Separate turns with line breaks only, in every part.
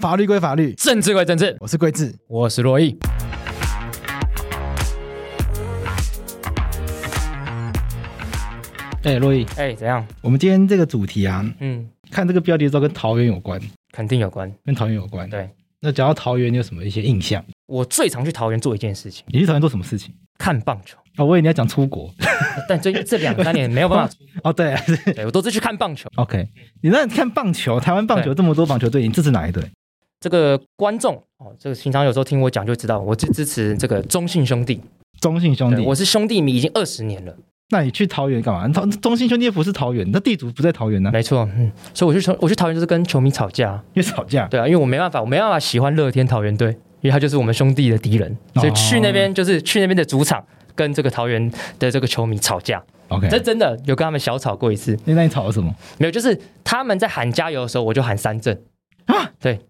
法律归法律，
政治归政治，
我是桂智。
我是洛毅。
哎、洛伊，
哎、怎样？
我们今天这个主题啊，
嗯，
看这个标题之后跟桃园有关，
肯定有关。
跟桃园有关。
对，
那讲到桃园，你有什么一些印象？
我最常去桃园做一件事情，
你去桃园做什么事情？
看棒球。
哦，我以为你要讲出国。
但最近这两三年没有 办法，
哦，对啊是
对我都是去看棒球。
，OK。你那你看棒球，台湾棒球这么多棒球队，你支持哪一队？
这个观众哦，这个平常有时候听我讲就知道，我支支持这个中信兄弟。
中信兄
对，
弟。
我是兄弟迷已经二十年了，
那你去桃园干嘛？桃中信兄弟又不是桃园，那地主不在桃园呢、
没错。嗯，所以我去从我去桃园就是跟球迷吵架，
因为吵架。
对啊，因为我没办法，我没办法喜欢乐天桃园队，因为他就是我们兄弟的敌人，
哦
所以去那边就是去那边的主场。跟这个桃园的这个球迷吵架，
OK。
这真的有跟他们小吵过一次，
那那你吵了什么？
没有，就是他们在喊加油的时候，我就喊三振，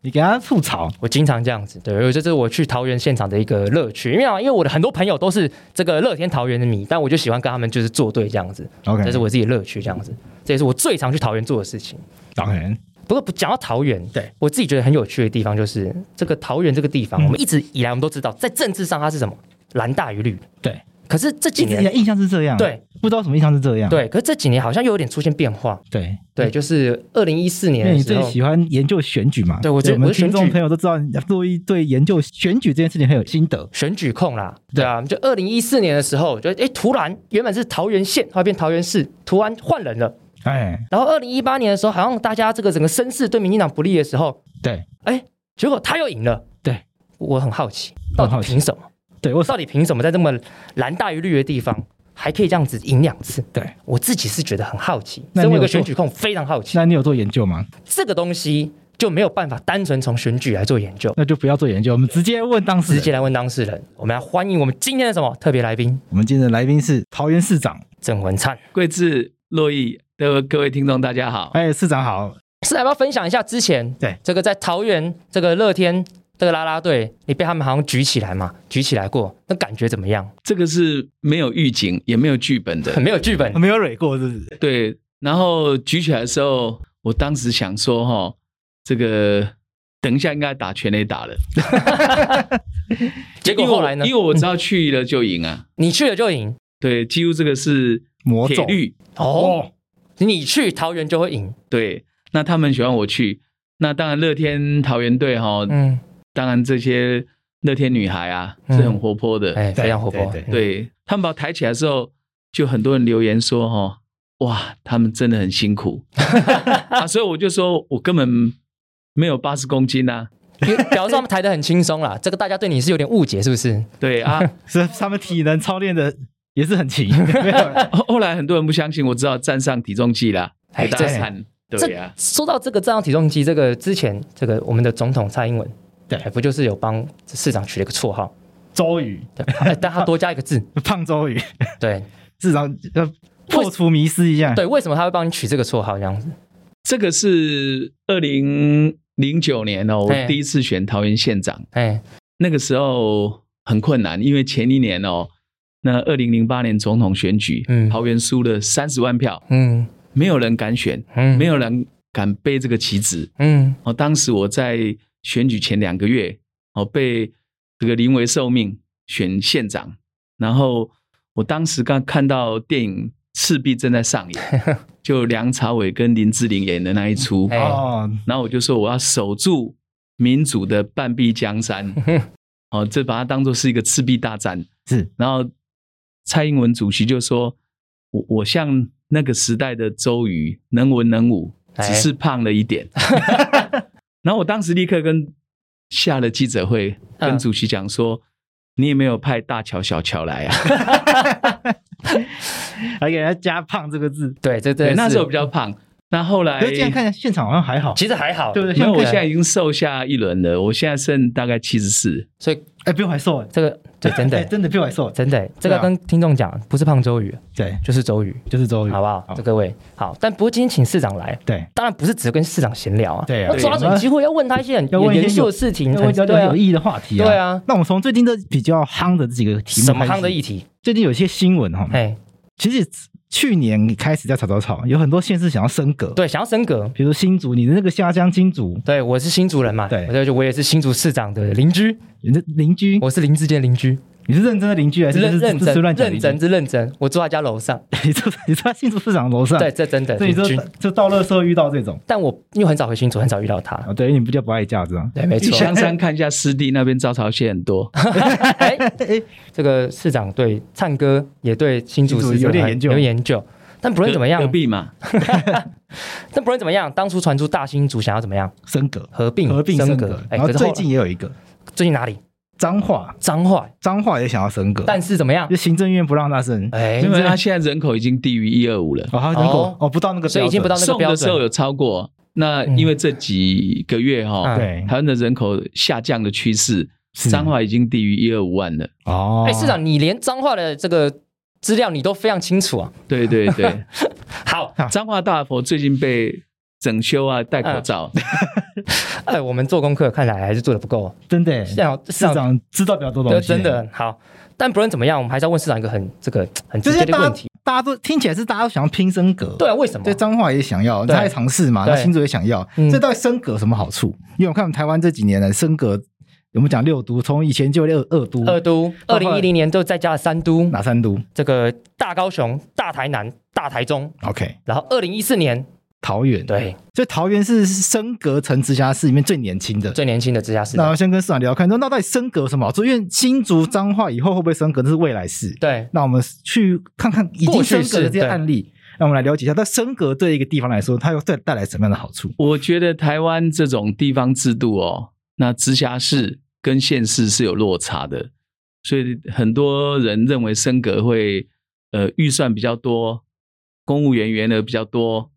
你给他吐槽。
我经常这样子，对，这是我去桃园现场的一个乐趣，因为啊，因为我的很多朋友都是这个乐天桃园的迷，但我就喜欢跟他们就是作对这样子，
OK。
这是我自己的乐趣这样子，这也是我最常去桃园做的事情。
当然，
不过不讲到桃园，
对
我自己觉得很有趣的地方就是这个桃园这个地方，
嗯
我们一直以来我们都知道，在政治上它是什么蓝大于绿，
对。
可是这几
一直以来
年，
印象是这样。
对，
不知道什么印象是这样。
对，可是这几年好像又有点出现变化，
对
对，就是二零一四
因
年
为
的
你
时
最
候，
喜欢研究选举嘛？
对我最
们
我是选
听
举
众朋友都知道，洛伊对研究选举这件事情很有心得。
选举控啦，对啊，就二零一四年的时候，就哎突然原本是桃园县，后来变桃园市，突然换人了。
哎，
然后二零一八年的时候，好像大家这个整个声势对民进党不利的时候，
对
哎，结果他又赢了。
对，
我很好奇，到
很
底
好奇
凭什么？
对，我
到底凭什么在这么蓝大于绿的地方还可以这样子赢两次？
对，
我自己是觉得很好奇，
那你
身为一个
有做
选举控非常好奇，
那你有做研究吗？
这个东西就没有办法单纯从选举来做研究。
那就不要做研究，我们直接问当事
直
人。
接来问当事人，我们要欢迎我们今天的什么特别来宾
我们今天的来宾是桃园市长。
郑文灿。
桂智、洛毅的各位听众，大家好。
哎，市长好。
是来要不要分享一下之前
对
这个在桃园这个乐天这个啦啦队，你被他们好像举起来嘛，举起来过，那感觉怎么样？
这个是没有预警也没有剧本
很
的，
没有剧本，
没有蕊过是不是？
对。然后举起来的时候，我当时想说，哈，这个等一下应该打全垒打了。
结果后来呢
因为我因为我知道去了就赢啊，
你去了就赢
对，几乎这个是
魔
铁
咒
律。
哦，你去桃园就会赢，
对，那他们喜欢我去，那当然乐天桃园队哈，
嗯，
当然这些乐天女孩啊是
嗯
很活泼的，
哎，
对
非常活泼，
对对
嗯，
对他们把我抬起来之后，就很多人留言说：“哦，哇，他们真的很辛苦 啊！”所以我就说我根本没有八十公斤啊。
因为表示他们抬得很轻松啦，这个大家对你是有点误解，是不是？
对 啊，
是他们体能操练的也是很 勤。没有啦
后后来很多人不相信，我只好站上体重计啦，
哎
给大家
这
看。
这
对啊呀、
说到这个这样体重机，这个之前这个我们的总统蔡英文，
对
哎不就是有帮市长取了一个绰号，
周 瑜，
对，哎但他多加一个字，
胖周瑜，
对
市长要破除迷思一下。
对，为什么他会帮你取这个绰号这样子？
这个是二零零九年哦，
哎
我第一次选桃园县长，
哎，
那个时候很困难，因为前一年哦，那二零零八年总统选举，
嗯
桃园输了三十万票，
嗯
没有人敢选。
嗯，
没有人敢背这个旗帜。
嗯，
哦，当时我在选举前两个月，哦，被这个临危受命选县长，然后我当时刚看到电影赤壁正在上演，就梁朝伟跟林志玲演的那一出。
哎
哦，
然后我就说我要守住民主的半壁江山，哦，这把它当做是一个赤壁大战。
是，
然后蔡英文主席就说：“我我像那个时代的周瑜，能文能武，
哎
只是胖了 一点。然后我当时立刻跟下了记者会，
嗯
跟主席讲说：“你也没有派大乔、小乔来啊
还给他加胖这个字。
对，这？”这
对，那时候比较胖。那后来
可是，现在看现场好像还好，
其实还好，
对不对？
因为
像
我
看
现在已经瘦下一轮了，我现在剩大概七十四。
所以
哎，比我还瘦哎，
这个 对，真
哎
的
真的比我还瘦，
真的，这
对
个
啊
跟听众讲，不是胖周瑜，
对，
就是周瑜，
就是周瑜，
好不啊好？这各位好，但不过今天请市长来，
对，
当然不是只跟市长闲聊啊，
对啊
要抓准机会，要问他一些很
要问一些
严肃的事情，
因为聊
对
点
啊
有，意义的话题啊。
对啊，
那我们从最近的比较夯的这几个题目，
什么夯的议？题？
最近有一些新闻哈，
哎，
其实去年开始在吵吵吵，有很多县市想要升格，，
对，想要升格。
比如说新竹，你的那个下乡金竹，
对，我是新竹人嘛，
对
我就我也是新竹市长的邻居，
你的邻居，
我是林志坚的邻居，
你是认真的邻居还是
认认
是
真
乱讲？
认真，是认真，我住他家楼上，
你住你住在新竹市场楼上，
对，，这真的
所以
邻
说
居。
就到乐社遇到这种
但我因为很早回新竹，很少遇到他，
啊，对，因为你比较不爱嫁这样。
对，没
去
错。
香山看一下湿地，那边招潮蟹很多。
哎，这个市长对唱歌也对新竹
新竹
市
有点
很
研究
有研究。但不论怎么样
隔，壁嘛，
但不论怎么样，当初传出大新竹想要怎么样
升格
合并
合并
升
升
格
格，，
哎，
然后
可是后
最
来
近也有一个
最近哪里
彰化，
脏话，
彰化也想要升格，
但是怎么样
就？行政院不让他升，
哎
因，为它现在人口已经低于一二五了。
哦，他人
哦
口哦不到那个标准，
所以已经不到那个
送
标
的时候
准。
有超过，那因为这几个月哈、
嗯
对
台湾的人口下降的趋势，彰化已经低于一二五万了。
哦
哎，市长，你连脏话的这个资料你都非常清楚啊。
对对对，
好，
彰化大佛最近被整修啊，戴口罩，
嗯哎，我们做功课看来还是做的不够。
真的
市长，市
市
长，
长知道比较多
对，
东西，
真的好。但不论怎么样，我们还是要问市长一个很这个很
就
直
是
接的
大
问
家
题。
大家都听起来是大家都想要拼升格，
对啊，为什么
对，？彰化也想要，
对
他也尝试嘛，
对
那新竹也想要
嗯，
这到底升格有什么好处？因为我看我们台湾这几年来升格，我们讲六都，从以前就六二都，
二 都，二
到后
零
来
一零年就再加了三都，
哪三都
这个大高雄、大台南、大台中，
？OK，
然后二零一四年，
桃园，，
对，
所以桃园是升格成直辖市里面最年轻的。
最年轻的直辖市
那，我先跟市长聊看，说那到底升格有什么好处？因为新竹彰化以后会不会升格，这是未来事。
对，
那我们去看看已
过
经
去
升格的
式
这些
对
案例，那我们来了解一下，那升格对一个地方来说，它又带带来什么样的好处？
我觉得台湾这种地方制度哦，那直辖市跟县市是有落差的，所以很多人认为升格会呃预算比较多，公务员员额比较多，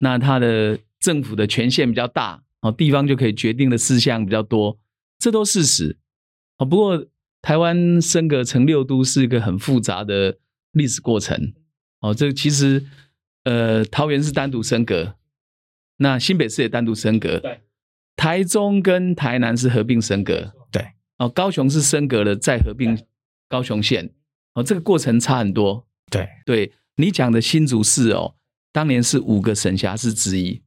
那他的政府的权限比较大，哦，地方就可以决定的事项比较多，这都事实。哦，不过台湾升格成六都是一个很复杂的历史过程。哦，这其实呃，桃园是单独升格，那新北市也单独升格，
对，
台中跟台南是合并升格，
对，
哦，高雄是升格了再合并高雄县，哦，这个过程差很多。
对，
对你讲的新竹市哦，当年是五个省辖市之一，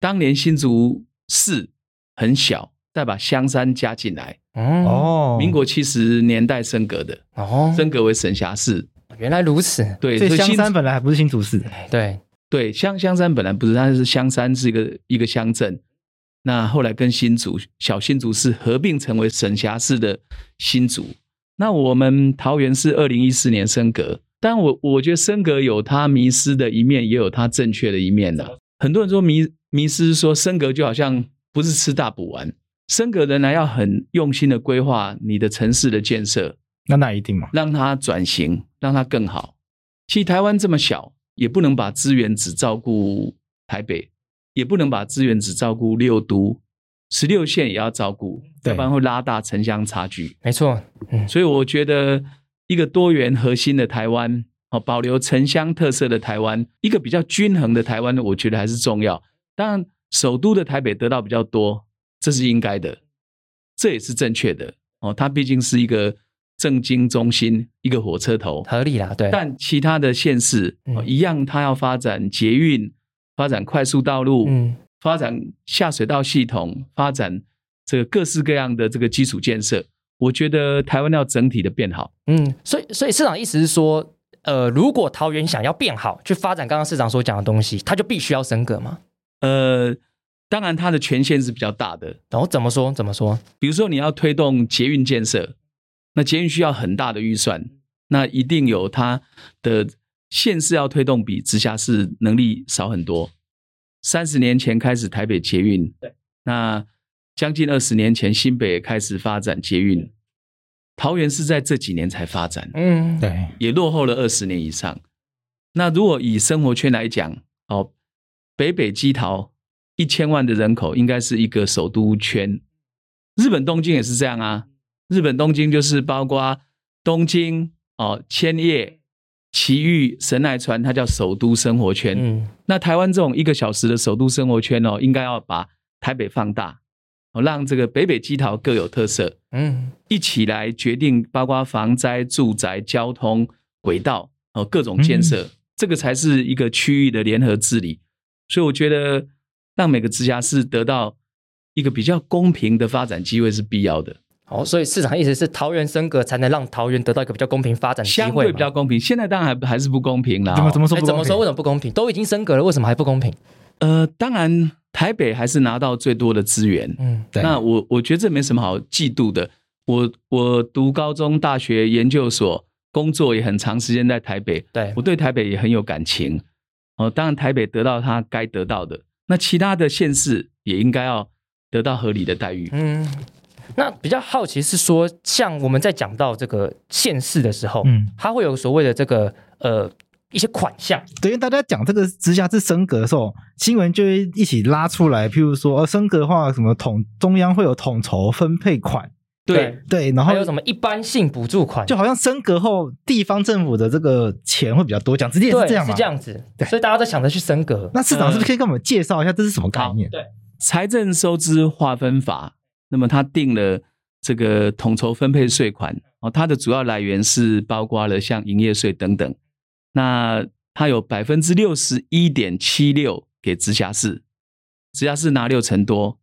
当年新竹市很小，再把香山加进来，
嗯，
哦
民国七十年代升格的，
哦，
升格为省辖市。
原来如此，
对，
所以香
新
山本来还不是新竹市，
对，
对，香香山本来不是，它是香山是一个一个乡镇，那后来跟新竹小新竹市合并成为省辖市的新竹。那我们桃园是二零一四年升格，但我我觉得升格有它迷失的一面，也有它正确的一面的、很多人说迷迷失是说升格就好像不是吃大补丸，升格仍然要很用心的规划你的城市的建设，
那那一定嘛。
让它转型，让它更好。其实台湾这么小，也不能把资源只照顾台北，也不能把资源只照顾六都、十六县也要照顾，
对
要不然会拉大城乡差距。
没错，
所以我觉得一个多元核心的台湾，哦，保留城乡特色的台湾，一个比较均衡的台湾，我觉得还是重要。当然，首都的台北得到比较多，这是应该的，这也是正确的。哦，它毕竟是一个政经中心，一个火车头。
合理啦，对，
但其他的县市、哦
嗯
一样，它要发展捷运，发展快速道路，
嗯，
发展下水道系统，发展这个各式各样的这个基础建设。我觉得台湾要整体的变好，
嗯，所以，所以市长意思是说，呃，如果桃园想要变好，去发展刚刚市长所讲的东西，他就必须要升格嘛。
呃，当然它的权限是比较大的，
然后怎么说？怎么说？
比如说你要推动捷运建设，那捷运需要很大的预算，那一定有它的县市要推动比直辖市能力少很多。三十年前开始台北捷运，对，那将近二十年前新北也开始发展捷运，桃园是在这几年才发展，
嗯，
对，
也落后了二十年以上。那如果以生活圈来讲，哦，北北基桃一千万的人口应该是一个首都圈。日本东京也是这样啊，日本东京就是包括东京哦、千叶、埼玉、神奈川，它叫首都生活圈。
嗯，
那台湾这种一个小时的首都生活圈哦，应该要把台北放大，哦，让这个北北基桃各有特色。
嗯，
一起来决定，包括防灾、住宅、交通、轨道哦各种建设，
嗯
这个才是一个区域的联合治理。所以我觉得，让每个直辖市得到一个比较公平的发展机会是必要的，
好，所以市长意思是桃园升格才能让桃园得到一个比较公平发展的机
相
会
对
嘛
比较公平。现在当然还还是不公平啦、
怎么怎
么？
么说
哎
不
怎
公平？
么说？为什么不公平？都已经升格了，为什么还不公平？
呃，当然台北还是拿到最多的资源。
嗯，
对
那我我觉得这没什么好嫉妒的。我我读高中、大学、研究所，工作也很长时间在台北。
对
我，对台北也很有感情。哦，当然台北得到它该得到的，那其他的县市也应该要得到合理的待遇。
嗯，那比较好奇是说，像我们在讲到这个县市的时候，
嗯，
它会有所谓的这个呃一些款项，
对，因为大家讲这个直辖市升格的时候，新闻就会一起拉出来，譬如说，呃，升格的话，什么统中央会有统筹分配款，
对，
对，然后
还有什么一般性补助款，
就好像升格后，地方政府的这个钱会比较多，讲直接也是
对，
这样嘛。
是这样子，所以大家都想着去升格。
那市长是不是可以跟我们介绍一下这是什么概念？
财政收支划分法，那么它定了这个统筹分配税款哦，它的主要来源是包括了像营业税等等。那它有百分之六十一点七六给直辖市，直辖市拿六成多，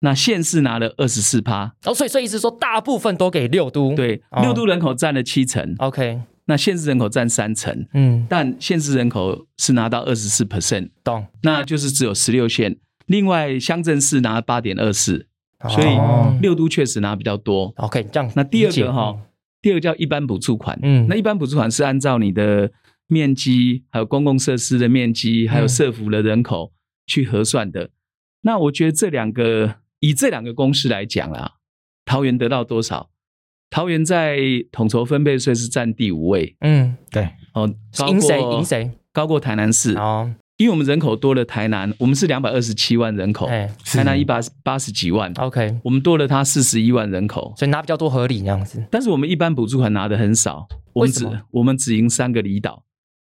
那县市拿了二十四趴，
哦，所以所以意思说，大部分都给六都。
嗯
对，
哦
六都人口占了七成，
，OK，
那县市人口占三成，
嗯，
但县市人口是拿到二十四 percent，
懂。
那就是只有十六县，另外乡镇市拿八点二四，所以
哦
六都确实拿比较多。
OK，这样
那第二
理解
个哈，，第二个叫一般补助款，
嗯
那一般补助款是按照你的面积、还有公共设施的面积、还有
嗯
社服的人口去核算的。那我觉得这两个以这两个公式来讲啦，桃园得到多少？桃园在统筹分配税是占第五位，
嗯，
哦，
是
高
赢谁
过
赢谁？
高过台南市，
哦，
因为我们人口多了台南，我们是两百二十七万人口，
哎
台南一百八十几万，
，OK，
我们多了它四十一万人口，
所以拿比较多合理那样子。
但是我们一般补助款拿的很少，我
为
们
什么
只我们只赢三个离岛，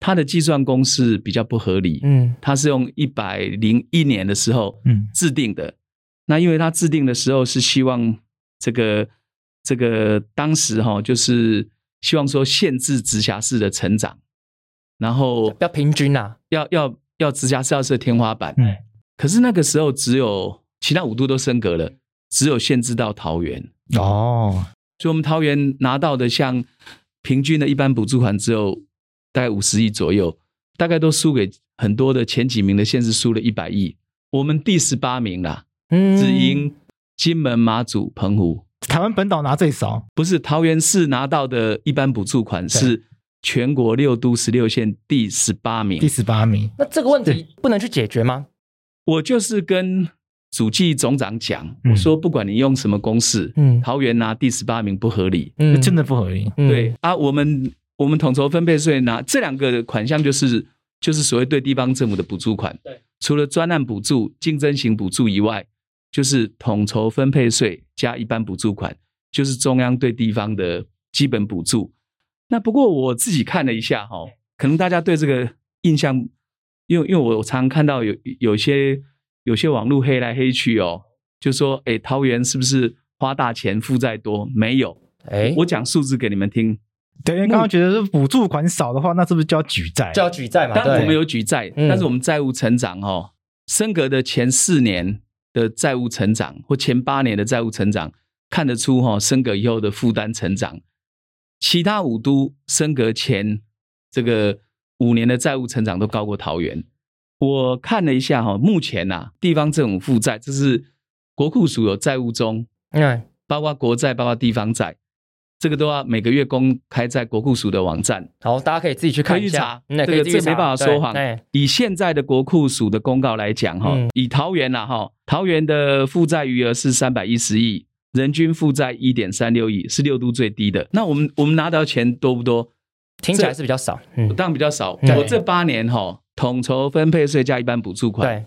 它的计算公式比较不合理，
嗯，
它是用一百零一年的时候
嗯
制定的，那因为它制定的时候是希望这个这个当时哈、就是希望说限制直辖市的成长，然后
比较平均啊啦。
要要要直辖市要设天花板，
嗯
可是那个时候只有其他五都都升格了，只有限制到桃园，
哦，
所以我们桃园拿到的像平均的一般补助款只有大概五十亿左右，大概都输给很多的前几名的县市输了一百亿，我们第十八名啦，
嗯，
只赢金门、马祖、澎湖，
台湾本岛拿最少，
不是桃园市拿到的一般补助款是全国六都十六县第十八名
第，十八名。
那这个问题不能去解决吗？
我就是跟主计总长讲，
嗯
我说不管你用什么公式，
嗯
桃园拿第十八名不合理。
嗯，
真的不合理，
嗯
对，啊，我们我们统筹分配税拿这两个款项就是就是所谓对地方政府的补助款。对，除了专案补助、竞争型补助以外，就是统筹分配税加一般补助款，就是中央对地方的基本补助。那不过我自己看了一下哈、可能大家对这个印象，因为因为我常看到有有些有些网络黑来黑去哦，就说诶桃园是不是花大钱负债多？没有，
哎，
我讲数字给你们听。
对，因为刚刚觉得是补助款少的话，那是不是就要举债？
就要举债嘛，
当然我们
对，
有举债，
嗯
但是我们债务成长哦，升格的前四年的债务成长或前八年的债务成长，看得出哈、哦，升格以后的负担成长。其他五都升格前这个五年的债务成长都高过桃园。我看了一下哈、目前呐、地方政府负债，这是国库署有债务中，
嗯，
包括国债，包括地方债，这个都要每个月公开在国库署的网站。
好，大家可以自己去
可
看
以
一
查
下，，嗯
这
可以
个
自己
这
查
没办法说谎
对哎。
以现在的国库署的公告来讲，哈
嗯，
以桃园啦，哈，桃园的负债余额是三百一十亿，人均负债一点三六亿，是六都最低的。那我们我们拿到钱多不多？
听起来是比较少，嗯，
当然比较少。
对
我这八年哈，统筹分配税加一般补助款，
对，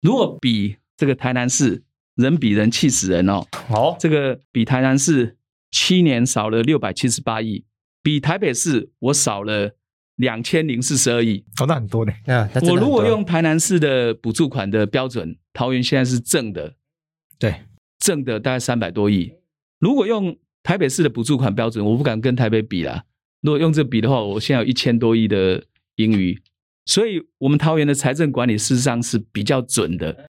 如果比这个台南市人比人气死人哦，
好，
这个比台南市七年少了六百七十八亿，比台北市我少了两千零四十二亿。
哦，那很多呢。
啊那那真的
我
很
如果
多
用台南市的补助款的标准，桃园现在是正的，
对，
正的大概三百多亿。如果用台北市的补助款标准，我不敢跟台北比啦。如果用这比的话，我现在有一千多亿的盈余，所以我们桃园的财政管理事实上是比较准的。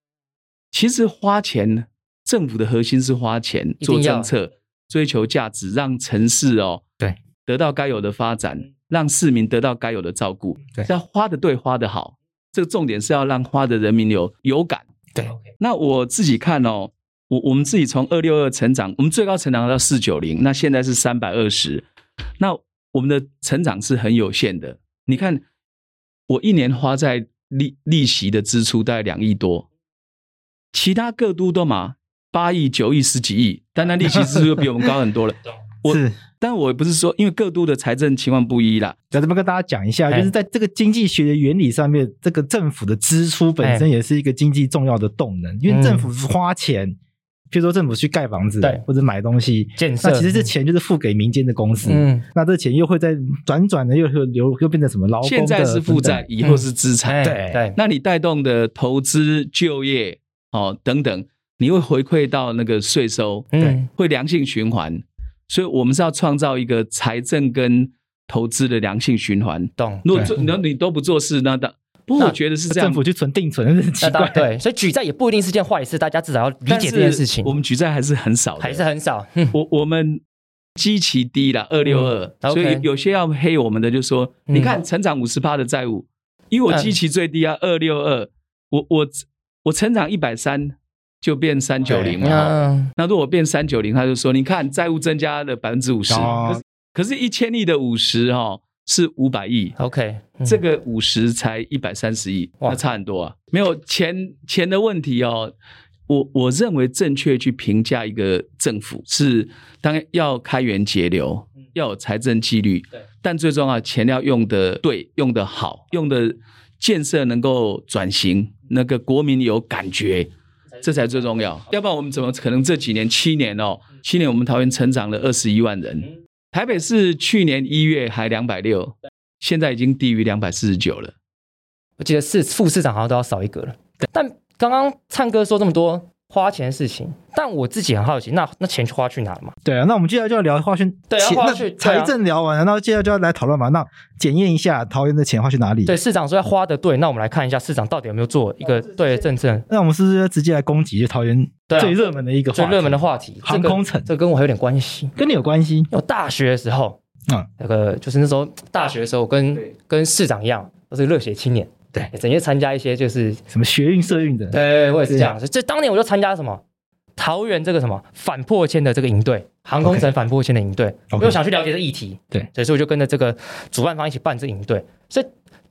其实花钱，政府的核心是花钱
一定
做
要
政策，追求价值，让城市哦，
对，
得到该有的发
嗯
展，让市民得到该有的照顾。
对
要花的对，花的好，这个重点是要让花的人民有有感。
对，
那我自己看哦，我我们自己从二六二成长，我们最高成长到四九零，那现在是三百二十，那我们的成长是很有限的。你看，我一年花在利利息的支出大概两亿多，其他各都都嘛八亿、九亿、十几亿，当然利息支出就比我们高很多 了。我
是
但我不是说，因为各都的财政情况不一啦，
在这边跟大家讲一下，
哎
就是在这个经济学的原理上面，这个政府的支出本身也是一个经济重要的动能，因为政府花钱，譬如说政府去盖房子
对
或者买东西，
建设，
那其实这钱就是付给民间的公司，
嗯，
那这钱又会在转转的又又流又变成什么劳工的
现在是负债，
等
以后是资产。
哎
对
对，
那你带动的投资、就业哦等等，你会回馈到那个税收，
嗯，
会良性循环。所以我们是要创造一个财政跟投资的良性循环。
懂。
如果
对
做，那你都不做事，那当不过我觉得是这
等
样
政。府去存定存，很奇
那当
怪
然。对，所以举债也不一定是件坏事，大家至少要理
但
解
是
这件事情
我，们举债还是很少的，
还是很少。嗯，
我我们基期低了，二六二，
OK
所以有有些要黑我们的就说，
嗯
你看成长五十趴的债务，因为我基期最低啊，
嗯
二六二，我我我成长一百三就变三九零嘛。哈
嗯，
那如果变三九零，他就说，你看债务增加了百分之五十，
哦
可是可是一千亿的五十哈是五百亿。
OK，嗯
这个五十才一百三十亿，
哇
那差很多啊！没有钱钱的问题哦，我我认为正确去评价一个政府是，当然要开源节流，要有财政纪律，但最重要钱要用的对，用的好，用的建设能够转型，那个国民有感觉。这嗯才最重要，要不然我们怎么可能这几年七年哦，七年我们桃园成长了二十一万人，台北市去年一月还两百六，现在已经低于两百四十九了。
我记得市副市长好像都要少一个了。但刚刚灿哥说这么多花钱的事情，但我自己很好奇，那那钱去花去哪了嘛？
对啊，那我们接下来就要聊花圈，
对啊
钱
花
那
絮对啊
财政聊完了，那接下来就要来讨论嘛。那检验一下桃园的钱花去哪里？
对，，市长说要花的对，那我们来看一下市长到底有没有做一
哦
个对的政策。
那我们是不是要直接来攻击就桃园
对啊
最热门的一个话
最
题
热门的话题，
航空城
这个跟我还有点关系。
跟你有关系？
我大学的时候，
嗯
嗯，那个就是那时候大学的时候，我跟跟市长一样，都是热血青年，
对
整天参加一些就是，
什么学运、社运的？
对我也是这样。这当年我就参加什么桃园这个什么反破千的这个营队，航空城反破千的营队，因
OK
为我想去了解这议题，
对，
所以说我就跟着这个主办方一起办这个营队，所以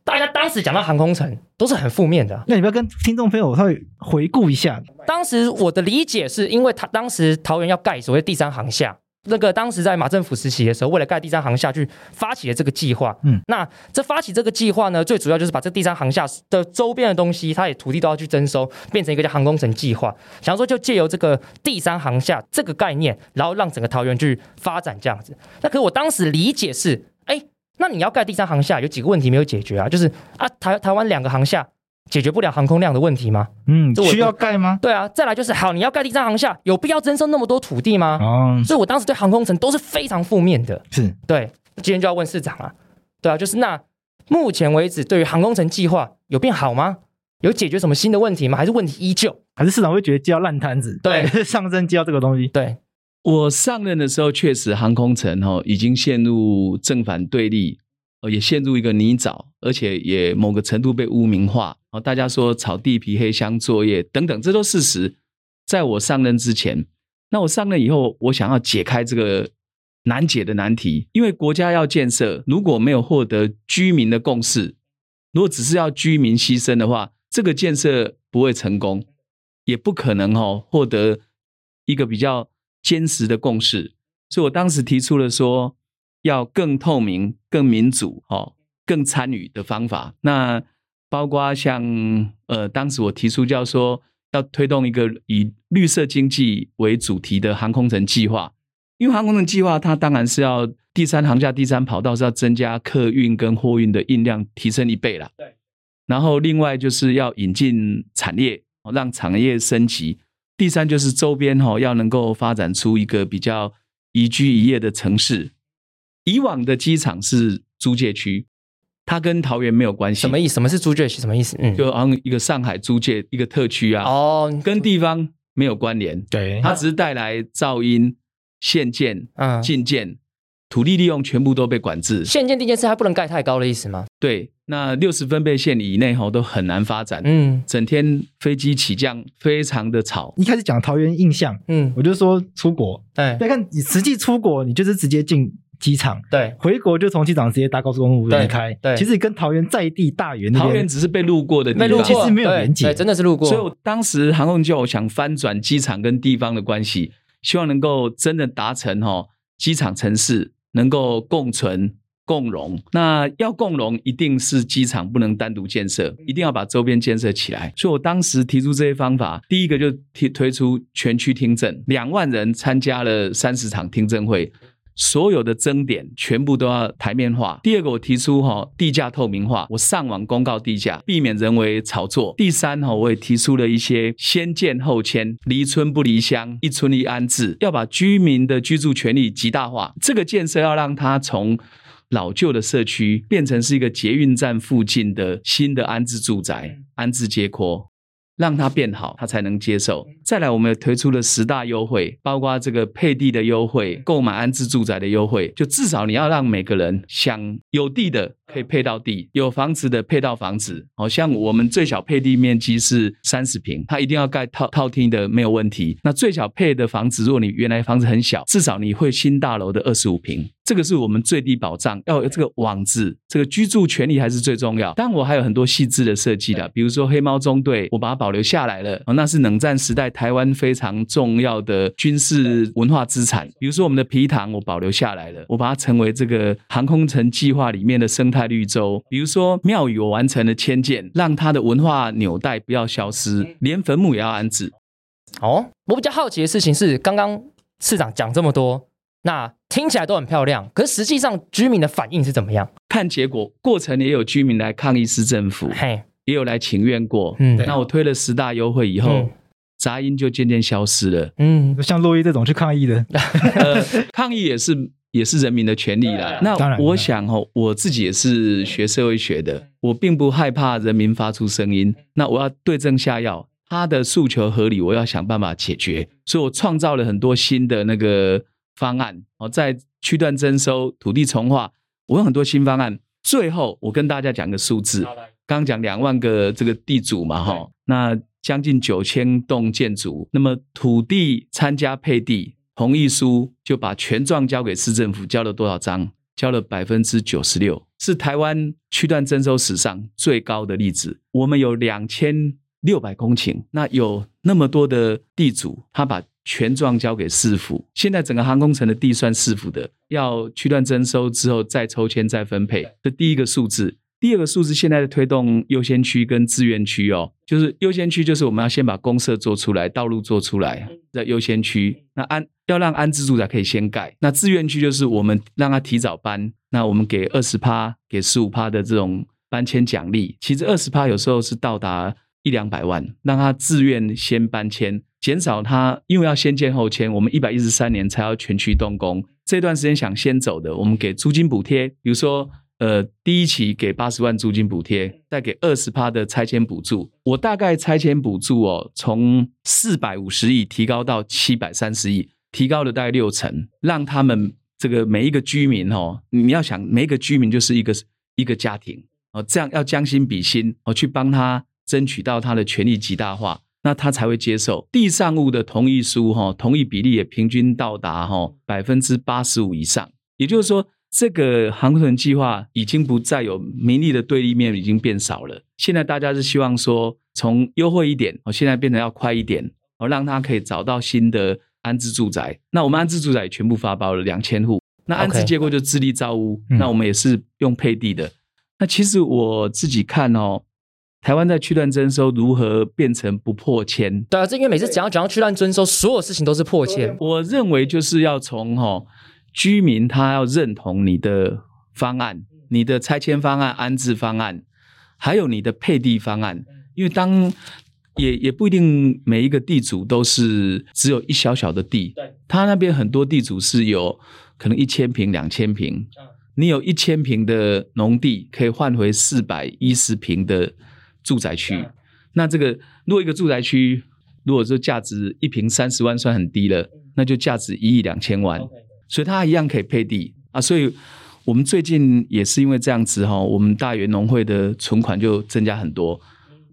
大家当时讲到航空城都是很负面的啊、
那你不要跟听众朋友稍微回顾一下，
当时我的理解是因为他当时桃园要盖所谓第三航厦，那个当时在马政府时期的时候，为了盖第三航厦去发起了这个计划。
嗯，
那这发起这个计划呢，最主要就是把这第三航厦的周边的东西，它也土地都要去征收，变成一个叫航空城计划，想说就借由这个第三航厦这个概念，然后让整个桃园去发展这样子。那可是我当时理解是，哎，那你要盖第三航厦，有几个问题没有解决啊？就是啊，台台湾两个航厦解决不了航空量的问题吗？
嗯，
这我
需要盖吗？
对啊，再来就是好，你要盖第三航厦，有必要征收那么多土地吗？
哦，
所以我当时对航空城都是非常负面的。
是
对，今天就要问市长啊，对啊，就是那目前为止，对于航空城计划有变好吗？有解决什么新的问题吗？还是问题依旧？
还是市场会觉得接到烂摊子？
对，
上升接到这个东西，
对，
我上任的时候，确实航空城哦已经陷入正反对立，呃也陷入一个泥沼，而且也某个程度被污名化。哦，大家说炒地皮、黑箱作业等等，这都事实。在我上任之前，那我上任以后，我想要解开这个难解的难题，因为国家要建设，如果没有获得居民的共识，如果只是要居民牺牲的话，这个建设不会成功，也不可能哦获得一个比较坚实的共识。所以我当时提出了说，要更透明、更民主、哦，更参与的方法。那包括像呃，当时我提出叫说要推动一个以绿色经济为主题的航空城计划，因为航空城计划它当然是要第三航厦、第三跑道是要增加客运跟货运的运量，提升一倍啦。对。然后另外就是要引进产业，哦让产业升级。第三就是周边哦，要能够发展出一个比较宜居宜业的城市。以往的机场是租界区，它跟桃园没有关系。
什么意思？什么是租界区？什么意思？嗯，
就好像一个上海租界一个特区啊，
哦，
跟地方没有关联，
对
它只是带来噪音、限建、
嗯，
禁建、土地利用全部都被管制。
现建地件事它不能盖太高的意思吗？
对，那六十分贝线以内吼都很难发展，
嗯
整天飞机起降非常的吵。
一开始讲桃园印象，
嗯，
我就说出国，
对
要看你实际出国，你就是直接进机场，
对
回国就从机场直接搭高速公路离开。
对对
其实跟桃园在地大园那
桃园
边
只是被路过的地
被
方，
路
其
过，
实没有
对
连结
对，真的是路过，
所以我当时航空就想翻转机场跟地方的关系，希望能够真的达成哦，机场城市能够共存共荣。那要共荣，一定是机场不能单独建设，一定要把周边建设起来。所以我当时提出这些方法，第一个就提推出全区听证，两万人参加了三十场听证会。所有的争点全部都要台面化。第二个，我提出哈、地价透明化，我上网公告地价，避免人为炒作。第三哈、我也提出了一些先建后迁、离村不离乡、一村一安置，要把居民的居住权利极大化。这个建设要让它从老旧的社区变成是一个捷运站附近的新的安置住宅、安置街廓。让它变好，他才能接受。再来，我们也推出了十大优惠，包括这个配地的优惠、购买安置住宅的优惠，就至少你要让每个人想有地的可以配到地，有房子的配到房子。好、像我们最小配地面积是三十平，它一定要盖套套厅的没有问题。那最小配的房子，如果你原来房子很小，至少你会新大楼的二十五平，这个是我们最低保障。要有这个网子，这个居住权利还是最重要。当然，我还有很多细致的设计的，比如说黑猫中队，我把它保留下来了，哦那是冷战时代台湾非常重要的军事文化资产。比如说我们的皮塘，我保留下来了，我把它成为这个航空城计划里面的生态绿洲。比如说庙宇，我完成了迁建，让它的文化纽带不要消失，连坟墓也要安置。
哦，我比较好奇的事情是，刚刚市长讲这么多，那听起来都很漂亮，可是实际上居民的反应是怎么样？
看结果，过程也有居民来抗议市政
嗯
府，
嘿，
也有来请愿过。
嗯
那我推了十大优惠以后，
嗯
杂音就渐渐消失了。
嗯，
像洛伊这种去抗议的，
呃，抗议也是也是人民的权利啦。那
当然
我想哦，我自己也是学社会学的，我并不害怕人民发出声音。那我要对症下药，他的诉求合理，我要想办法解决。所以我创造了很多新的那个方案哦，在区段征收、土地重划，我有很多新方案。最后，我跟大家讲个数字，刚刚讲两万个这个地主嘛，哈，那将近九千栋建筑，那么土地参加配地同意书就把权状交给市政府，交了多少张？交了百分之九十六，是台湾区段征收史上最高的例子。我们有两千六百公顷，那有那么多的地主，他把权状交给市府。现在整个航空城的地算市府的，要区段征收之后再抽签再分配。这第一个数字，第二个数字现在的推动优先区跟资源区哦，就是优先区就是我们要先把公社做出来，道路做出来，啊在优先区。那安要让安置住宅可以先盖，那资源区就是我们让它提早搬，那我们给二十趴，给十五趴的这种搬迁奖励。其实二十趴有时候是到达一两百万，让他自愿先搬迁，减少他因为要先建后迁，我们一百一十三年才要全区动工，这段时间想先走的，我们给租金补贴，比如说。呃，第一期给八十万租金补贴，再给二十趴的拆迁补助。我大概拆迁补助哦，从四百五十亿提高到七百三十亿，提高了大概六成，让他们这个每一个居民哦，你要想每一个居民就是一个一个家庭哦，这样要将心比心哦，去帮他争取到他的权益极大化，那他才会接受地上物的同意书哈、哦，同意比例也平均到达哈百分之八十五以上，也就是说。这个航屯计划已经不再有名利的对立面，已经变少了。现在大家是希望说，从优惠一点，哦，现在变成要快一点，哦，让他可以找到新的安置住宅。那我们安置住宅也全部发包了两千户，那安置
OK
结构就自立造屋。
嗯
那我们也是用配地的。那其实我自己看哦，台湾在区段征收如何变成不破千，
对啊，这因为每次讲要讲到去乱征收，所有事情都是破千。
我认为就是要从哈、哦、居民他要认同你的方案，你的拆迁方案、安置方案，还有你的配地方案，因为当也也不一定每一个地主都是只有一小小的地，他那边很多地主是有可能一千平、两千平，你有一千平的农地可以换回四百一十平的住宅区。那这个如果一个住宅区，如果说价值一平三十万算很低了，那就价值一亿两千万，所以它一样可以配地啊。所以我们最近也是因为这样子哈、我们大园农会的存款就增加很多。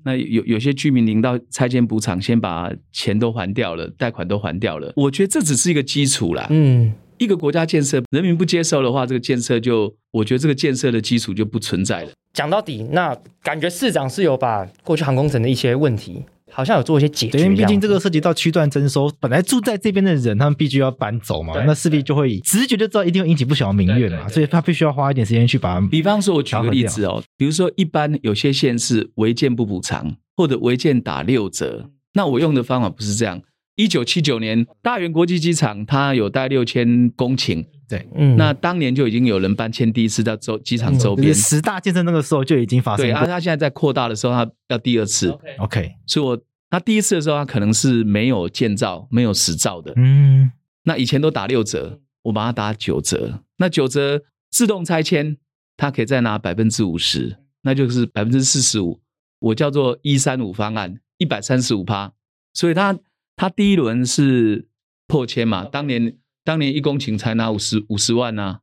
那有有些居民领到拆迁补偿，先把钱都还掉了，贷款都还掉了。我觉得这只是一个基础啦。
嗯，
一个国家建设，人民不接受的话，这个建设就，我觉得这个建设的基础就不存在了。
讲到底，那感觉市长是有把过去航空城的一些问题，好像有做一些解决
对，
样
因
子。
为毕竟这个涉及到区段征收，本来住在这边的人，他们必须要搬走嘛，那势必就会以直觉就知道一定会引起不小的民怨嘛，所以他必须要花一点时间去把它
比方说，我举个例子哦，比如说一般有些县市违建不补偿，或者违建打六
嗯
折，那我用的方法不是这样。一九七九年，大原国际机场它有带六千公顷，
嗯
那当年就已经有人搬迁第一次到周机场
嗯
周
就是
边。
十大建设那个时候就已经发生
对啊，
过。
它现在在扩大的时候，它要第二次，
OK，
所以我它第一次的时候，它可能是没有建造、没有实造的，
嗯，
那以前都打六折，我把它打九折。那九折自动拆迁，它可以再拿百分之五十，那就是百分之四十五。我叫做一三五方案，一百三十五趴。所以它它第一轮是破千嘛，当年当年一公顷才拿五十五十万啊，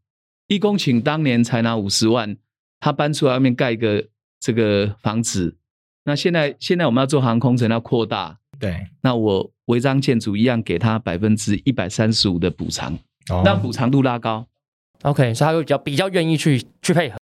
一公顷当年才拿五十万，他搬出来外面盖一个这个房子。那现在现在我们要做航空城，要扩大，
对，
那我违章建筑一样给他百分之一百三十五的补偿，
哦
让补偿度拉高。
OK，所以他会比较比较愿意去去配合。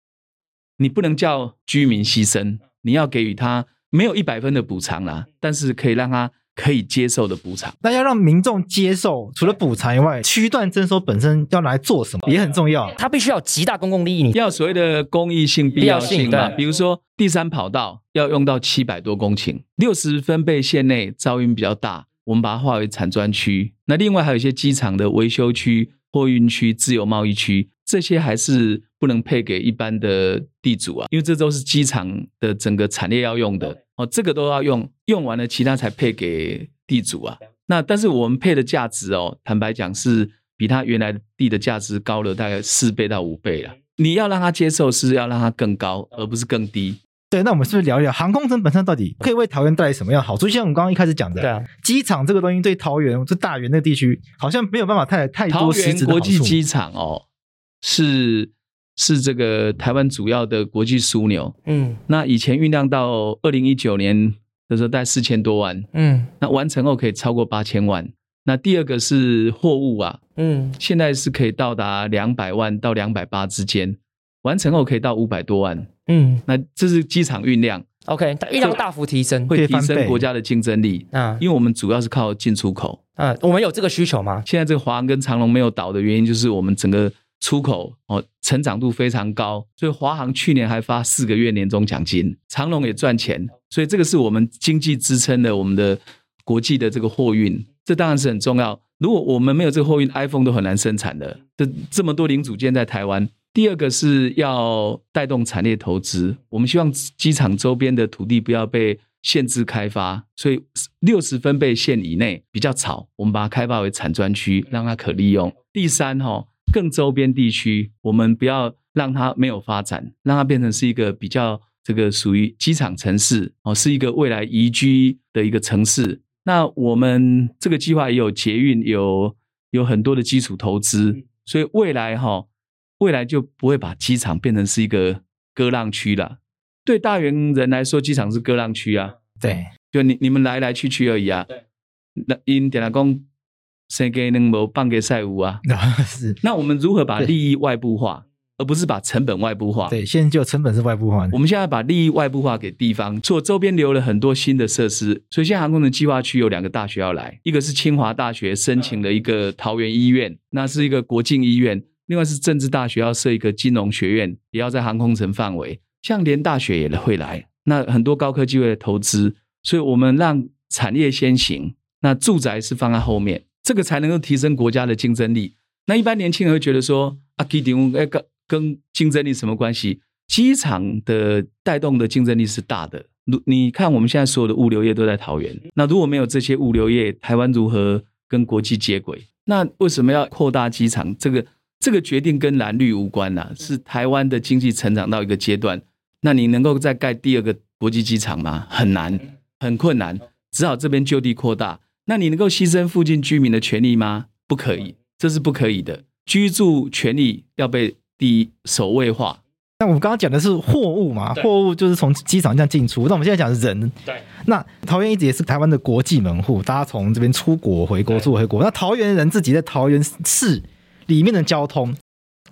你不能叫居民牺牲，你要给予他没有一百分的补偿啦，但是可以让他可以接受的补偿。
那要让民众接受，除了补偿以外，区段征收本身要拿来做什么也很重要。
他必须要有极大公共利益，你
要有所谓的公益性、必要性
必要
嘛，
性对
比如说第三跑道要用到七百多公顷，六十分贝线内噪音比较大，我们把它划为产专区。那另外还有一些机场的维修区、货运区、自由贸易区，这些还是不能配给一般的地主啊，因为这都是机场的整个产业要用的哦，这个都要用，用完了其他才配给地主啊。那但是我们配的价值哦，坦白讲是比它原来地的价值高了大概四倍到五倍了。你要让他接受，是要让他更高，而不是更低。
对，那我们是不是聊一聊航空城本身到底可以为桃园带来什么样的好处？就像我们刚刚一开始讲的，
对啊，
机场这个东西对桃园、这大园那个地区好像没有办法太太
桃
多实
园
质的好
国
处
际机场哦，是是这个台湾主要的国际枢纽。
嗯
那以前酝酿到二零一九年的时候，大概四千多万，
嗯
那完成后可以超过八千万。那第二个是货物啊，
嗯，
现在是可以到达两百万到两百八之间，完成后可以到五百多万。
嗯
那这是机场运量，
，OK，它运量大幅提升。
会提
可以翻
升
倍
国家的竞争力，
嗯
因为我们主要是靠进出口。
嗯，我们有这个需求吗？
现在这个华航跟长龙没有倒的原因，就是我们整个出口哦成长度非常高，所以华航去年还发四个月年终奖金，长龙也赚钱，所以这个是我们经济支撑的我们的国际的这个货运，这当然是很重要。如果我们没有这个货运，iPhone 都很难生产的。这这么多零组件在台湾。第二个是要带动产业投资，我们希望机场周边的土地不要被限制开发，所以六十分贝线以内比较吵，我们把它开发为产专区，让它可利用。第三哈、哦，更周边地区，我们不要让它没有发展，让它变成是一个比较这个属于机场城市哦，是一个未来宜居的一个城市。那我们这个计划也有捷运，有有很多的基础投资，所以未来哈、未来就不会把机场变成是一个割让区啦。对大园人来说，机场是割让区啊，
对，
就你你们来来去去而已啊。那因点来讲，谁给能无半给赛无啊？
是，
那我们如何把
对
利益外部化，而不是把成本外部化？
对，现在就成本是外部化的
我，们现在把利益外部化给地方，所以周边留了很多新的设施。所以现在航空城计划区有两个大学要来，一个是清华大学申请了一个桃园医院，那是一个国境医院；另外是政治大学要设一个金融学院，也要在航空城范围。像联大学也会来，那很多高科技会投资，所以我们让产业先行，那住宅是放在后面，这个才能够提升国家的竞争力。那一般年轻人会觉得说啊，机场哎跟跟竞争力什么关系？机场的带动的竞争力是大的。如你看，我们现在所有的物流业都在桃园，那如果没有这些物流业，台湾如何跟国际接轨？那为什么要扩大机场？这个这个决定跟蓝绿无关呐、是台湾的经济成长到一个阶段，那你能够再盖第二个国际机场吗？很难，很困难，只好这边就地扩大。那你能够牺牲附近居民的权利吗？不可
嗯
以，这是不可以的。居住权利要被第一首位化。
但我们刚刚讲的是货物嘛，
对
货物就是从机场这样进出。那我们现在讲的是人，
对，
那桃园一直也是台湾的国际门户，大家从这边出国回国、
对
出国回国。那桃园人自己在桃园市里面的交通，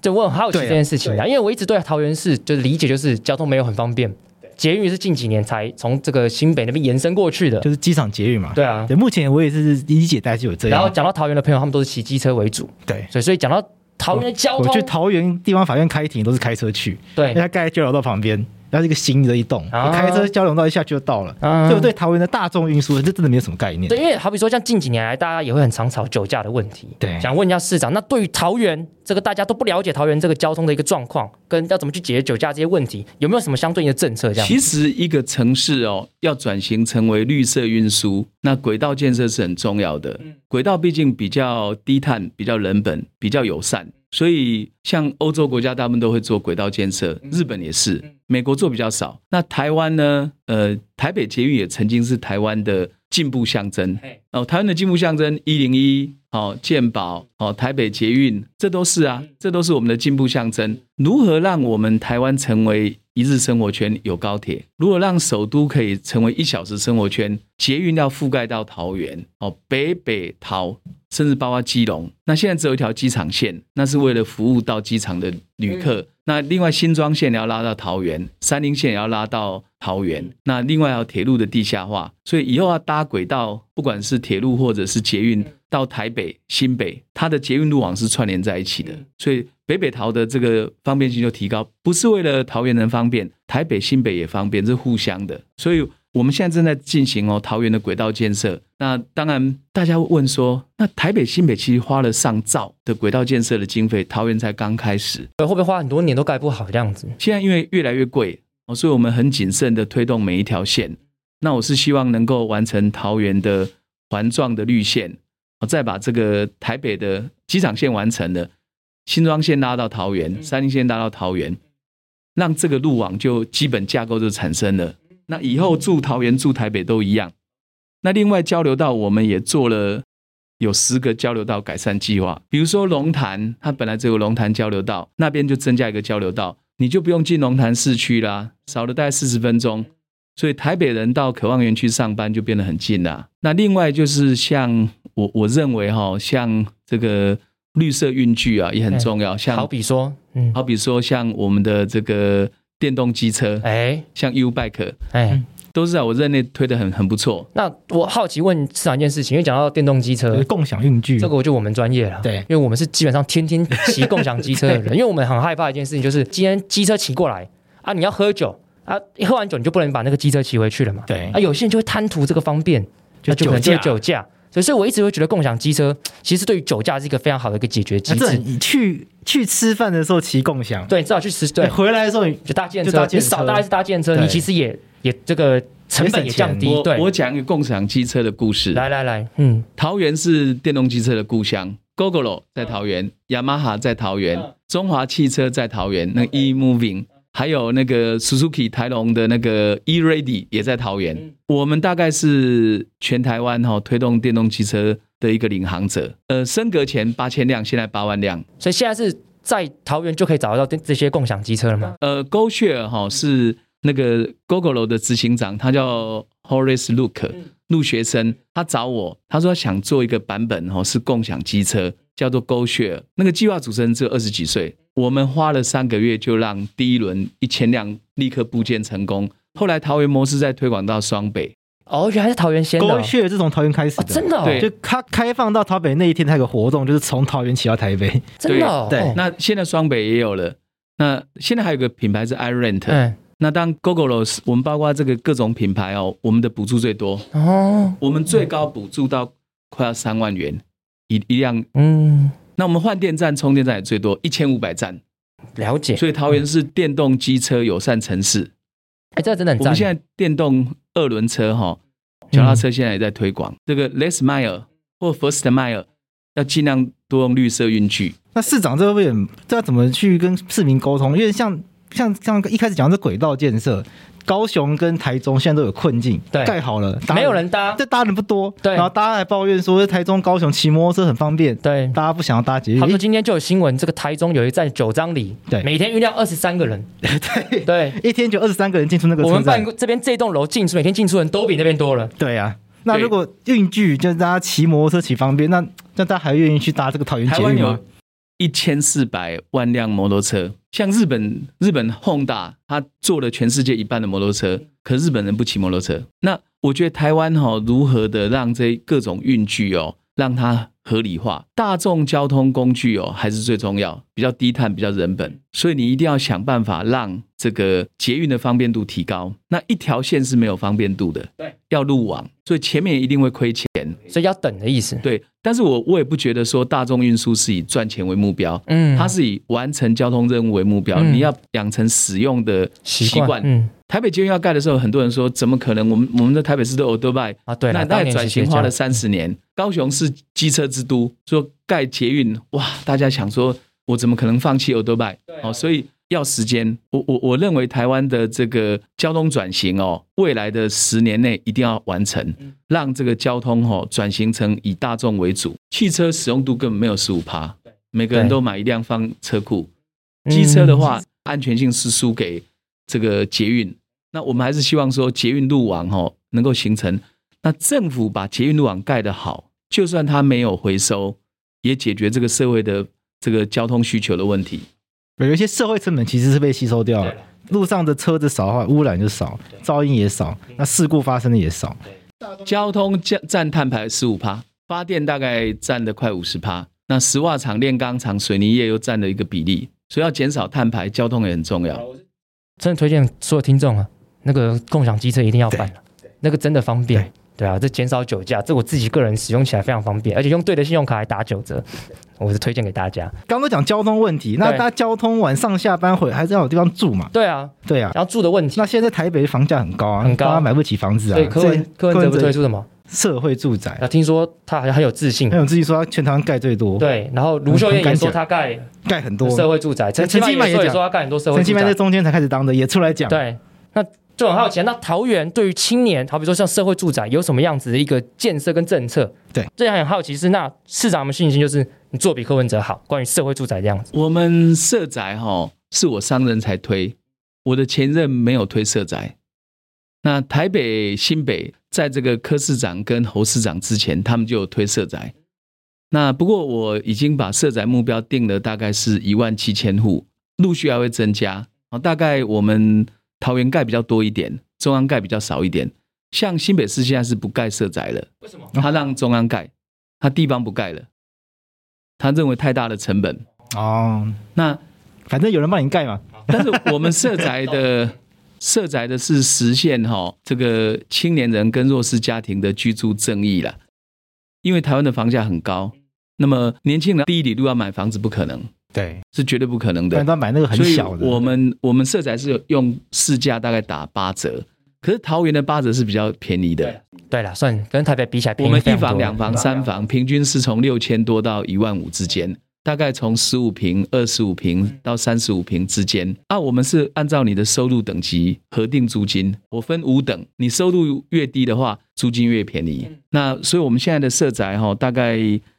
对我很好奇
对啊
这件事情啊，因为我一直对桃园市就是理解就是交通没有很方便，捷运是近几年才从这个新北那边延伸过去的
就。是机场捷运嘛。
对啊，
对，目前我也是理解，大概就有这
然后
样。
讲到桃园的朋友，他们都是骑机车为主，
啊对，
所以所以讲到桃园的交
我去
通，
桃哎园地方法院开庭都是开车去，
对
因为它盖在交流道旁边，然后是一个新的一栋，
哎啊
开车交流道一下就到了。
啊
所以我对桃园的大众运输，这真的没有什么概念。
对，因为好比说，像近几年来，大家也会很常吵酒驾的问题。
对
想问一下市长，那对于桃园这个大家都不了解桃园这个交通的一个状况，跟要怎么去解决酒驾这些问题，有没有什么相对应的政策？这样
其实一个城市哦，要转型成为绿色运输，那轨道建设是很重要的。
嗯
轨道毕竟比较低碳、比较人本、比较友
嗯
善，所以像欧洲国家大部分都会做轨道建设，
嗯
日本也是，美国做比较少。那台湾呢？呃，台北捷运也曾经是台湾的进步象征。哦，台湾的进步象征一零一哦，健保哦，台北捷运，这都是啊，这都是我们的进步象征。如何让我们台湾成为一日生活圈有高铁？如何让首都可以成为一小时生活圈？捷运要覆盖到桃园哦，北北桃，甚至包括基隆。那现在只有一条机场线，那是为了服务到机场的旅客。那另外新庄线也要拉到桃园，三林线也要拉到桃园。那另外还有铁路的地下化，所以以后要搭轨道，不管是铁路或者是捷运到台北、新北，它的捷运路网是串联在一起的。所以北北桃的这个方便性就提高，不是为了桃园人方便，台北、新北也方便，是互相的。所以我们现在正在进行哦桃园的轨道建设。那当然，大家会问说，那台北、新北其实花了上兆的轨道建设的经费，桃园才刚开始。
会不会花很多年都盖不好这样子？
现在因为越来越贵哦，所以我们很谨慎的推动每一条线。那我是希望能够完成桃园的环状的绿线，哦再把这个台北的机场线完成了，新庄线拉到桃园，三林线拉到桃园，让这个路网就基本架构就产生了。那以后住桃园、住台北都一样。那另外交流道，我们也做了有十个交流道改善计划，比如说龙潭，它本来只有龙潭交流道，那边就增加一个交流道，你就不用进龙潭市区啦，少了大概四十分钟。所以台北人到渴望园区上班就变得很近啦。那另外就是像我我认为哈、像这个绿色运具啊也很重要，像
好比说，嗯，
好比说像我们的这个电动机车，
哎
像 U Bike
嗯
哎，
都是在我任内推的很很不错。
那我好奇问市长一件事情，因为讲到电动机
就是
车。
共享运具，
这个我就我们专业了，
嗯对
因为我们是基本上天天骑共享机车的 人，因为我们很害怕一件事情，就是今天机车骑过来啊，你要喝酒啊，一喝完酒你就不能把那个机车骑回去了嘛，
对
啊，有些人就会贪图这个方便，
就
那就可能就
酒
是
驾
酒驾。所以，所以我一直会觉得共享机车其实对于酒驾是一个非常好的一个解决机
啊这
制。
很去去吃饭的时候骑共享，
对，至少去实
哎
对，
回来的时候你
就搭建
就搭
车，
计
你
程车
少搭一次搭建车，
对
你其实也也这个成本也降低
也。
对
我，我讲一个共享机车的故事。
来来来，嗯，
桃园是电动机车的故乡，Gogoro 在桃
嗯
园，Yamaha 在桃园，中华汽车在桃园，那 E
嗯
Moving，还有那个 Suzuki 台龙的那个 E Ready 也在桃
嗯
园。我们大概是全台湾哈、哦、推动电动机车的一个领航者。呃，升格前八千辆，现在八万辆。
所以现在是在桃园就可以找得到这这些共享机车了吗？
呃，GoShare 哈、是那个 Gogoro 的执行长，他叫 Horace Luke
嗯
陆学生，他找我，他说他想做一个版本哈、是共享机车，叫做 GoShare。那个计划主持人只有二十几岁，我们花了三个月就让第一轮一千辆立刻部件成功。后来桃园模式再推广到双北，
哦，原来是桃园先的哦、
狗血是从桃园开始
哦，真的、哦，
对
就它开放到台北那一天，它有个活动，就是从桃园骑到台北。
真的、哦，
对对
哦
那现在双北也有了。那现在还有个品牌是 iRent，、
嗯，
那当然 Gogoro 是我们包括这个各种品牌哦，我们的补助最多，
哦，
我们最高补助到快要三万元一一辆。
嗯，
那我们换电站、充电站也最多一千五百站，
了解，
所以桃园是电动机车友善城市。
哎、这个真的很
我
赞
们。现在电动二轮车哈、脚踏车现在也在推广。这个 less mile 或 first mile 要尽量多用绿色运具。
那市长这边也这要怎么去跟市民沟通？因为像像像一开始讲这轨道建设，高雄跟台中现在都有困境，
对
盖好了，搭
没有人搭，
这搭人不多，
对
然后大家还抱怨说台中、高雄骑摩托车很方便，
对，
嗯
大家不想要搭捷运
他。说今天就有新闻，这个台中有一站九张里，
对
每天运量二十三个人，
对
对，
一天就二十三个人进出那个
我
车
们办
站，
公这边这栋楼进出每天进出人都比那边多了，
对啊。那
对
如果运具就是大家骑摩托车骑方便，那那大家还愿意去搭这个桃园
台
捷
湾
运吗
有？一千四百万辆摩托车，像日本日本 Honda，它做了全世界一半的摩托车，可日本人不骑摩托车。那我觉得台湾哈、如何的让这各种运具哦，让它合理化，大众交通工具哦还是最重要，比较低碳，比较人本，所以你一定要想办法让这个捷运的方便度提高。那一条线是没有方便度的，对，要路网，所以前面一定会亏钱。
所以要等的意思。
对，但是我我也不觉得说大众运输是以赚钱为目标，
嗯
它是以完成交通任务为目标，
嗯
你要养成使用的习惯。
嗯
台北捷运要盖的时候，很多人说怎么可能？我们我们的台北市都 o d o b i
啊，对啦，
那
当
那
年
也转
是
型
这
花
样
了三十年。高雄是机车之都，说盖捷运，哇，大家想说，我怎么可能放弃 o d o b i
啊
哦，所以要时间。我我我认为台湾的这个交通转型哦，未来的十年内一定要完成，
嗯
让这个交通哦转型成以大众为主，汽车使用度根本没有十五趴，每个人
对
都买一辆放车库。
嗯
机车的话，安全性是输给这个捷运。那我们还是希望说，捷运路网哦能够形成。那政府把捷运路网盖得好，就算它没有回收，也解决这个社会的这个交通需求的问题。
有一些社会成本其实是被吸收掉了。路上的车子少的话，污染就少，噪音也少，那事故发生的也少。
交通占占碳排十五趴，发电大概占的快五十趴。那石化厂、炼钢厂、水泥业又占了一个比例，所以要减少碳排，交通也很重要。
真的推荐所有听众啊，那个共享机车一定要办啊那个真的方便。对啊，这减少酒驾，这我自己个人使用起来非常方便，而且用对的信用卡还打九折，我是推荐给大家。
刚刚都讲交通问题，那
对
大家交通晚上下班回还是要有地方住嘛？
对啊，
对啊。
然后住的问题，
那现在台北房价很高啊，
很高
大家买不起房子啊。
对柯文
所以
柯文哲不推
哲哎
出什么？
社会住宅
啊，，听说他好像很有自信
还。有自己说他全台湾盖最多，，
对，然后卢秀燕也说他盖
盖很多。
社会住宅，陈陈
陈其
其
迈
迈
也
也说也
讲
说他盖很多社会
陈其
住
迈
宅。
在中间才开始当的，也出来讲。
对，那就很好奇，那桃园对于青年，好比说像社会住宅，有什么样子的一个建设跟政策？
对，
这很好奇是那市长们信心就是你做比柯文哲好，关于社会住宅这样子。
我们社宅哈、是我商人才推，我的前任没有推社宅。那台北、新北在这个柯市长跟侯市长之前，他们就有推社宅。那不过我已经把社宅目标定了，大概是一万七千户，陆续还会增加。哦，大概我们桃园盖比较多一点，中央盖比较少一点。像新北市现在是不盖社宅了，
为什么？
他让中央盖，他地方不盖了，他认为太大的成本。
哦，
那
反正有人帮你盖嘛。
但是我们社宅的社宅的是实现哈、这个青年人跟弱势家庭的居住正义啦。因为台湾的房价很高，那么年轻人第一里路要买房子不可能，
对，
是绝对不可能
不然
的。
他买那个很
所以
小的。
我们我们社宅是有用市价大概打八折，可是桃园的八折是比较便宜的。
对了，算跟台北比起来便
我
宜
们
非
一
常多，
房、两房、三房，平均是从六千多到一万五之间，大概从十五平、二十五平到三十五平之间。啊，我们是按照你的收入等级核定租金，我分五等，你收入越低的话，租金越便宜。那所以我们现在的社宅哈、大概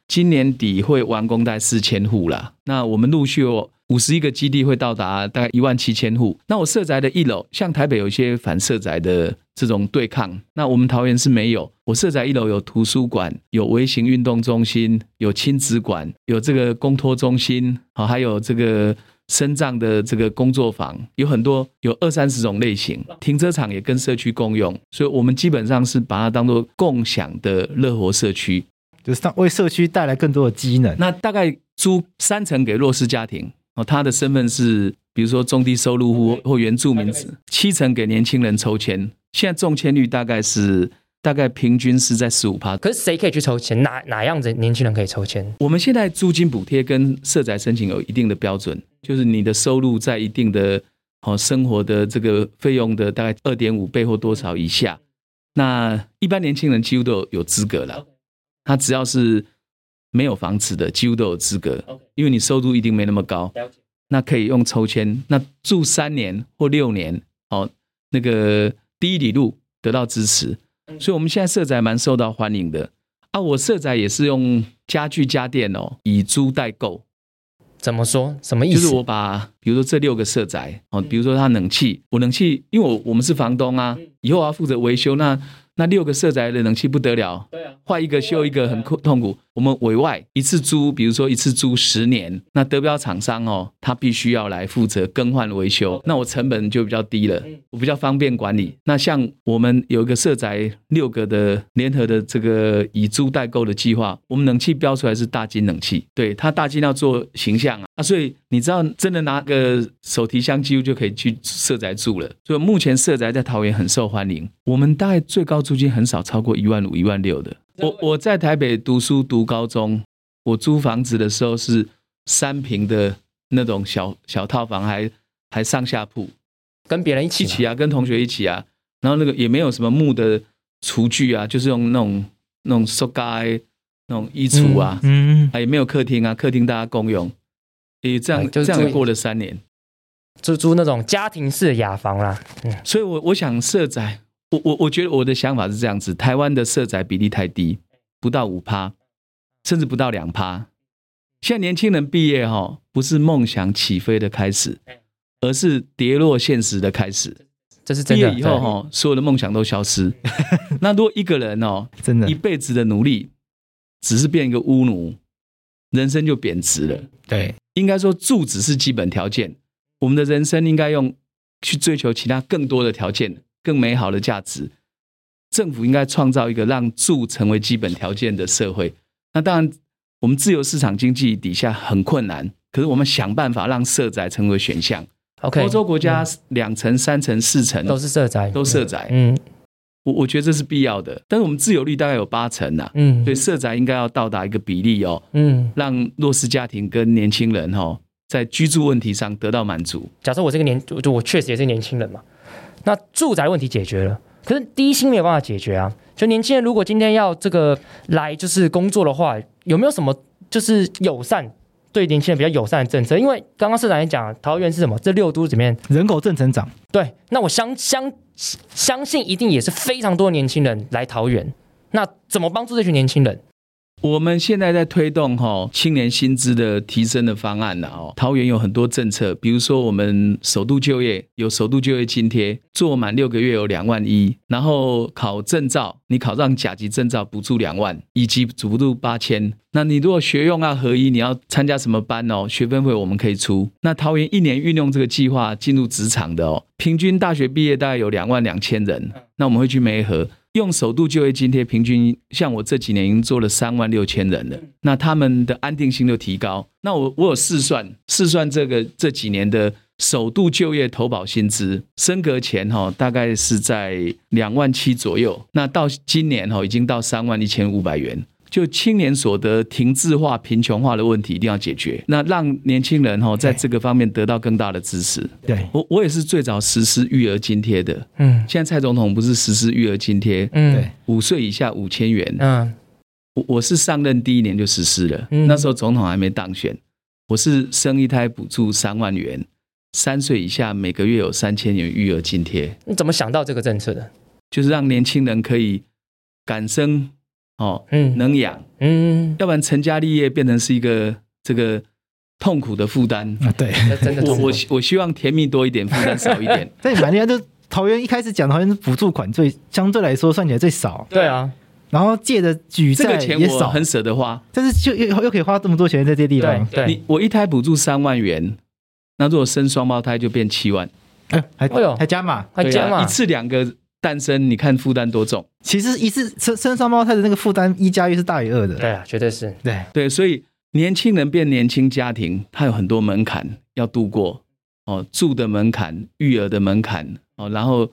今年底会完工在四千户啦。那我们陆续有五十一个基地会到达大概一万七千户。那我社宅的一楼，像台北有一些反社宅的这种对抗，那我们桃园是没有。我社宅一楼有图书馆，有微型运动中心，有亲子馆，有这个公托中心，好，还有这个深藏的这个工作坊，有很多有二三十种类型。停车场也跟社区共用，所以我们基本上是把它当做共享的乐活社区。
就是让为社区带来更多的机能。
那大概租三成给弱势家庭哦，他的身份是比如说中低收入户或原住民子，七成给年轻人抽签。现在中签率大概是大概平均是在十五趴。
可是谁可以去抽签？哪哪样子年轻人可以抽签？
我们现在租金补贴跟社宅申请有一定的标准，就是你的收入在一定的哦生活的这个费用的大概二点五倍或多少以下，那一般年轻人几乎都有有资格了。他只要是没有房子的，几乎都有资格，因为你收入一定没那么高。那可以用抽签，那住三年或六年，哦，那个第一里路得到支持，所以我们现在社宅蛮受到欢迎的啊。我社宅也是用家具家电哦，以租代购，
怎么说？什么意
就
思？嗯
是我把比如说这六个社宅哦，比如说它冷气，我冷气，因为我我们是房东啊，以后我要负责维修，那那六个社宅的冷气不得了，
对啊，
换一个修一个很痛痛苦。我们委外一次租，比如说一次租十年，那得标厂商哦，他必须要来负责更换维修，那我成本就比较低了，我比较方便管理。那像我们有一个社宅六个的联合的这个以租代购的计划，我们冷气标出来是大金冷气，对它大金要做形象啊，啊，所以你知道真的拿个手提箱几乎就可以去社宅住了。所以目前社宅在桃园很受欢迎，我们大概最高租金很少超过一万五、一万六的。我我在台北读书读高中，我租房子的时候是三平的那种小小套房还，还上下铺，
跟别人一起
一
吗
起啊，跟同学一起啊，然后那个也没有什么木的厨具啊，就是用那种那种塑胶的那种衣橱啊，
嗯，
啊也没有客厅啊，客厅大家共用，也这
哎
样
就是
这样
注
也
意
过了三年。
就租那种家庭式的雅房啦。
所以我，我想社宅，我我我觉得我的想法是这样子：台湾的社宅比例太低，不到五趴，甚至不到两趴。现在年轻人毕业哈、哦，不是梦想起飞的开始，而是跌落现实的开始。
这是
毕
真的
业。以后哈、哦，所有的梦想都消失。 那如果一个人哦，
真
嗯
的
一，辈子的努力，只是变一个巫奴，人生就贬值了。
对，
应该说住只是基本条件，我们的人生应该用去追求其他更多的条件、更美好的价值。政府应该创造一个让住成为基本条件的社会。那当然，我们自由市场经济底下很困难，可是我们想办法让社宅成为选项。
对 OK，
欧洲国家两层、三层、四层
嗯都是社宅，
都社宅，
嗯
我我觉得这是必要的。但是我们自由率大概有八成呐、啊，
嗯，
所以社宅应该要到达一个比例哦，
嗯，
让弱势家庭跟年轻人哦，在居住问题上得到满足。
假设我这个年，就我确实也是年轻人嘛，那住宅问题解决了，可是低薪没有办法解决啊。就年轻人如果今天要这个来就是工作的话，有没有什么就是友善对年轻人比较友善的政策？因为刚刚社长也讲，桃园是什么？这六都里面
人口正成长，
对，那我相相相信一定也是非常多年轻人来桃园。那怎么帮助这群年轻人？
我们现在在推动哈、青年薪资的提升的方案呐、哦，桃园有很多政策，比如说我们首度就业有首度就业津贴，做满六个月有两万一，然后考证照，你考上甲级证照补助两万，乙级补助八千。那你如果学用要合一，你要参加什么班哦？学分费我们可以出。那桃园一年运用这个计划进入职场的哦，平均大学毕业大概有两万两千人。那我们会去梅河，用首度就业津贴，平均像我这几年已经做了三万六千人了，那他们的安定性就提高。那我我有试算，试算这个这几年的首度就业投保薪资，升格前哈、哦、大概是在两万七左右，那到今年哈、哦、已经到三万一千五百元。就青年所得停滞化、贫穷化的问题一定要解决，那让年轻人哈、哦、在这个方面得到更大的支持。
对，
我我也是最早实施育儿津贴的，
嗯
现在蔡总统不是实施育儿津贴，
嗯
对
五岁以下五千元。
嗯
我我是上任第一年就实施了，
嗯
那时候总统还没当选。我是生一胎补助三万元，三岁以下每个月有三千元育儿津贴，
你怎么想到这个政策的？
就是让年轻人可以敢生哦，
嗯
能养，
嗯
要不然成家立业变成是一个这个痛苦的负担。
啊，对，
那真的
我
痛苦
我希我希望甜蜜多一点，负担少 一点。
但你蛮厉害，就桃园一开始讲桃园是补助款最相对来说算起来最少，
对啊，
然后借的举
这
债
个钱
也
我
少，
很舍得花。
但是就又又可以花这么多钱在这些地
对
方，
对，
你我一胎补助三万元，那如果生双胞胎就变七万，
哎还
哎呦
还加码。
还
对
加
啊，
嘛
一，次两个诞生，你看负担多重？
其实一次生生双胞胎的那个负担一加一是大于二的，
对啊，绝对是
对，
对，所以年轻人变年轻家庭，它有很多门槛要度过哦，住的门槛、育儿的门槛哦，然后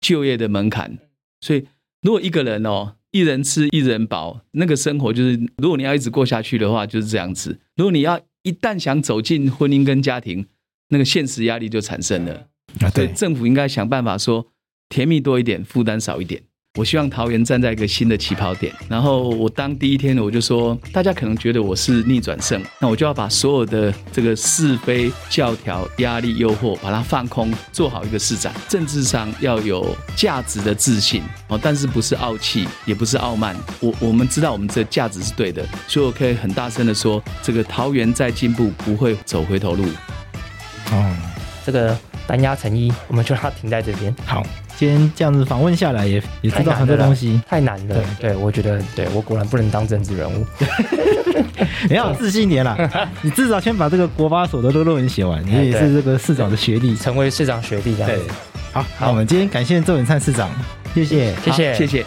就业的门槛。所以如果一个人哦，一人吃一人饱，那个生活就是，如果你要一直过下去的话，就是这样子。如果你要一旦想走进婚姻跟家庭，那个现实压力就产生了。
啊
所以，政府应该想办法说甜蜜多一点，负担少一点。我希望桃园站在一个新的起跑点。然后我当第一天我就说，大家可能觉得我是逆转胜，那我就要把所有的这个是非、教条、压力、诱惑，把它放空，做好一个市长。政治上要有价值的自信哦，但是不是傲气，也不是傲慢。我我们知道我们这价值是对的，所以我可以很大声的说，这个桃园在进步，不会走回头路。
哦，
这个单压成一， 我们就让它停在这 边。
好，今天这样子访问下来也也知道很多东西，
太难了。对，我觉得对我果然不能当政治人物。
你要有自信一点 啦，你至少先把这个国法所的这个论文写完，你
哎
也
对
是这个市长的学历。
成为市长学弟这样
对
子。，
好，那我们今天感谢周永灿市长，谢谢。
谢谢，
好谢谢。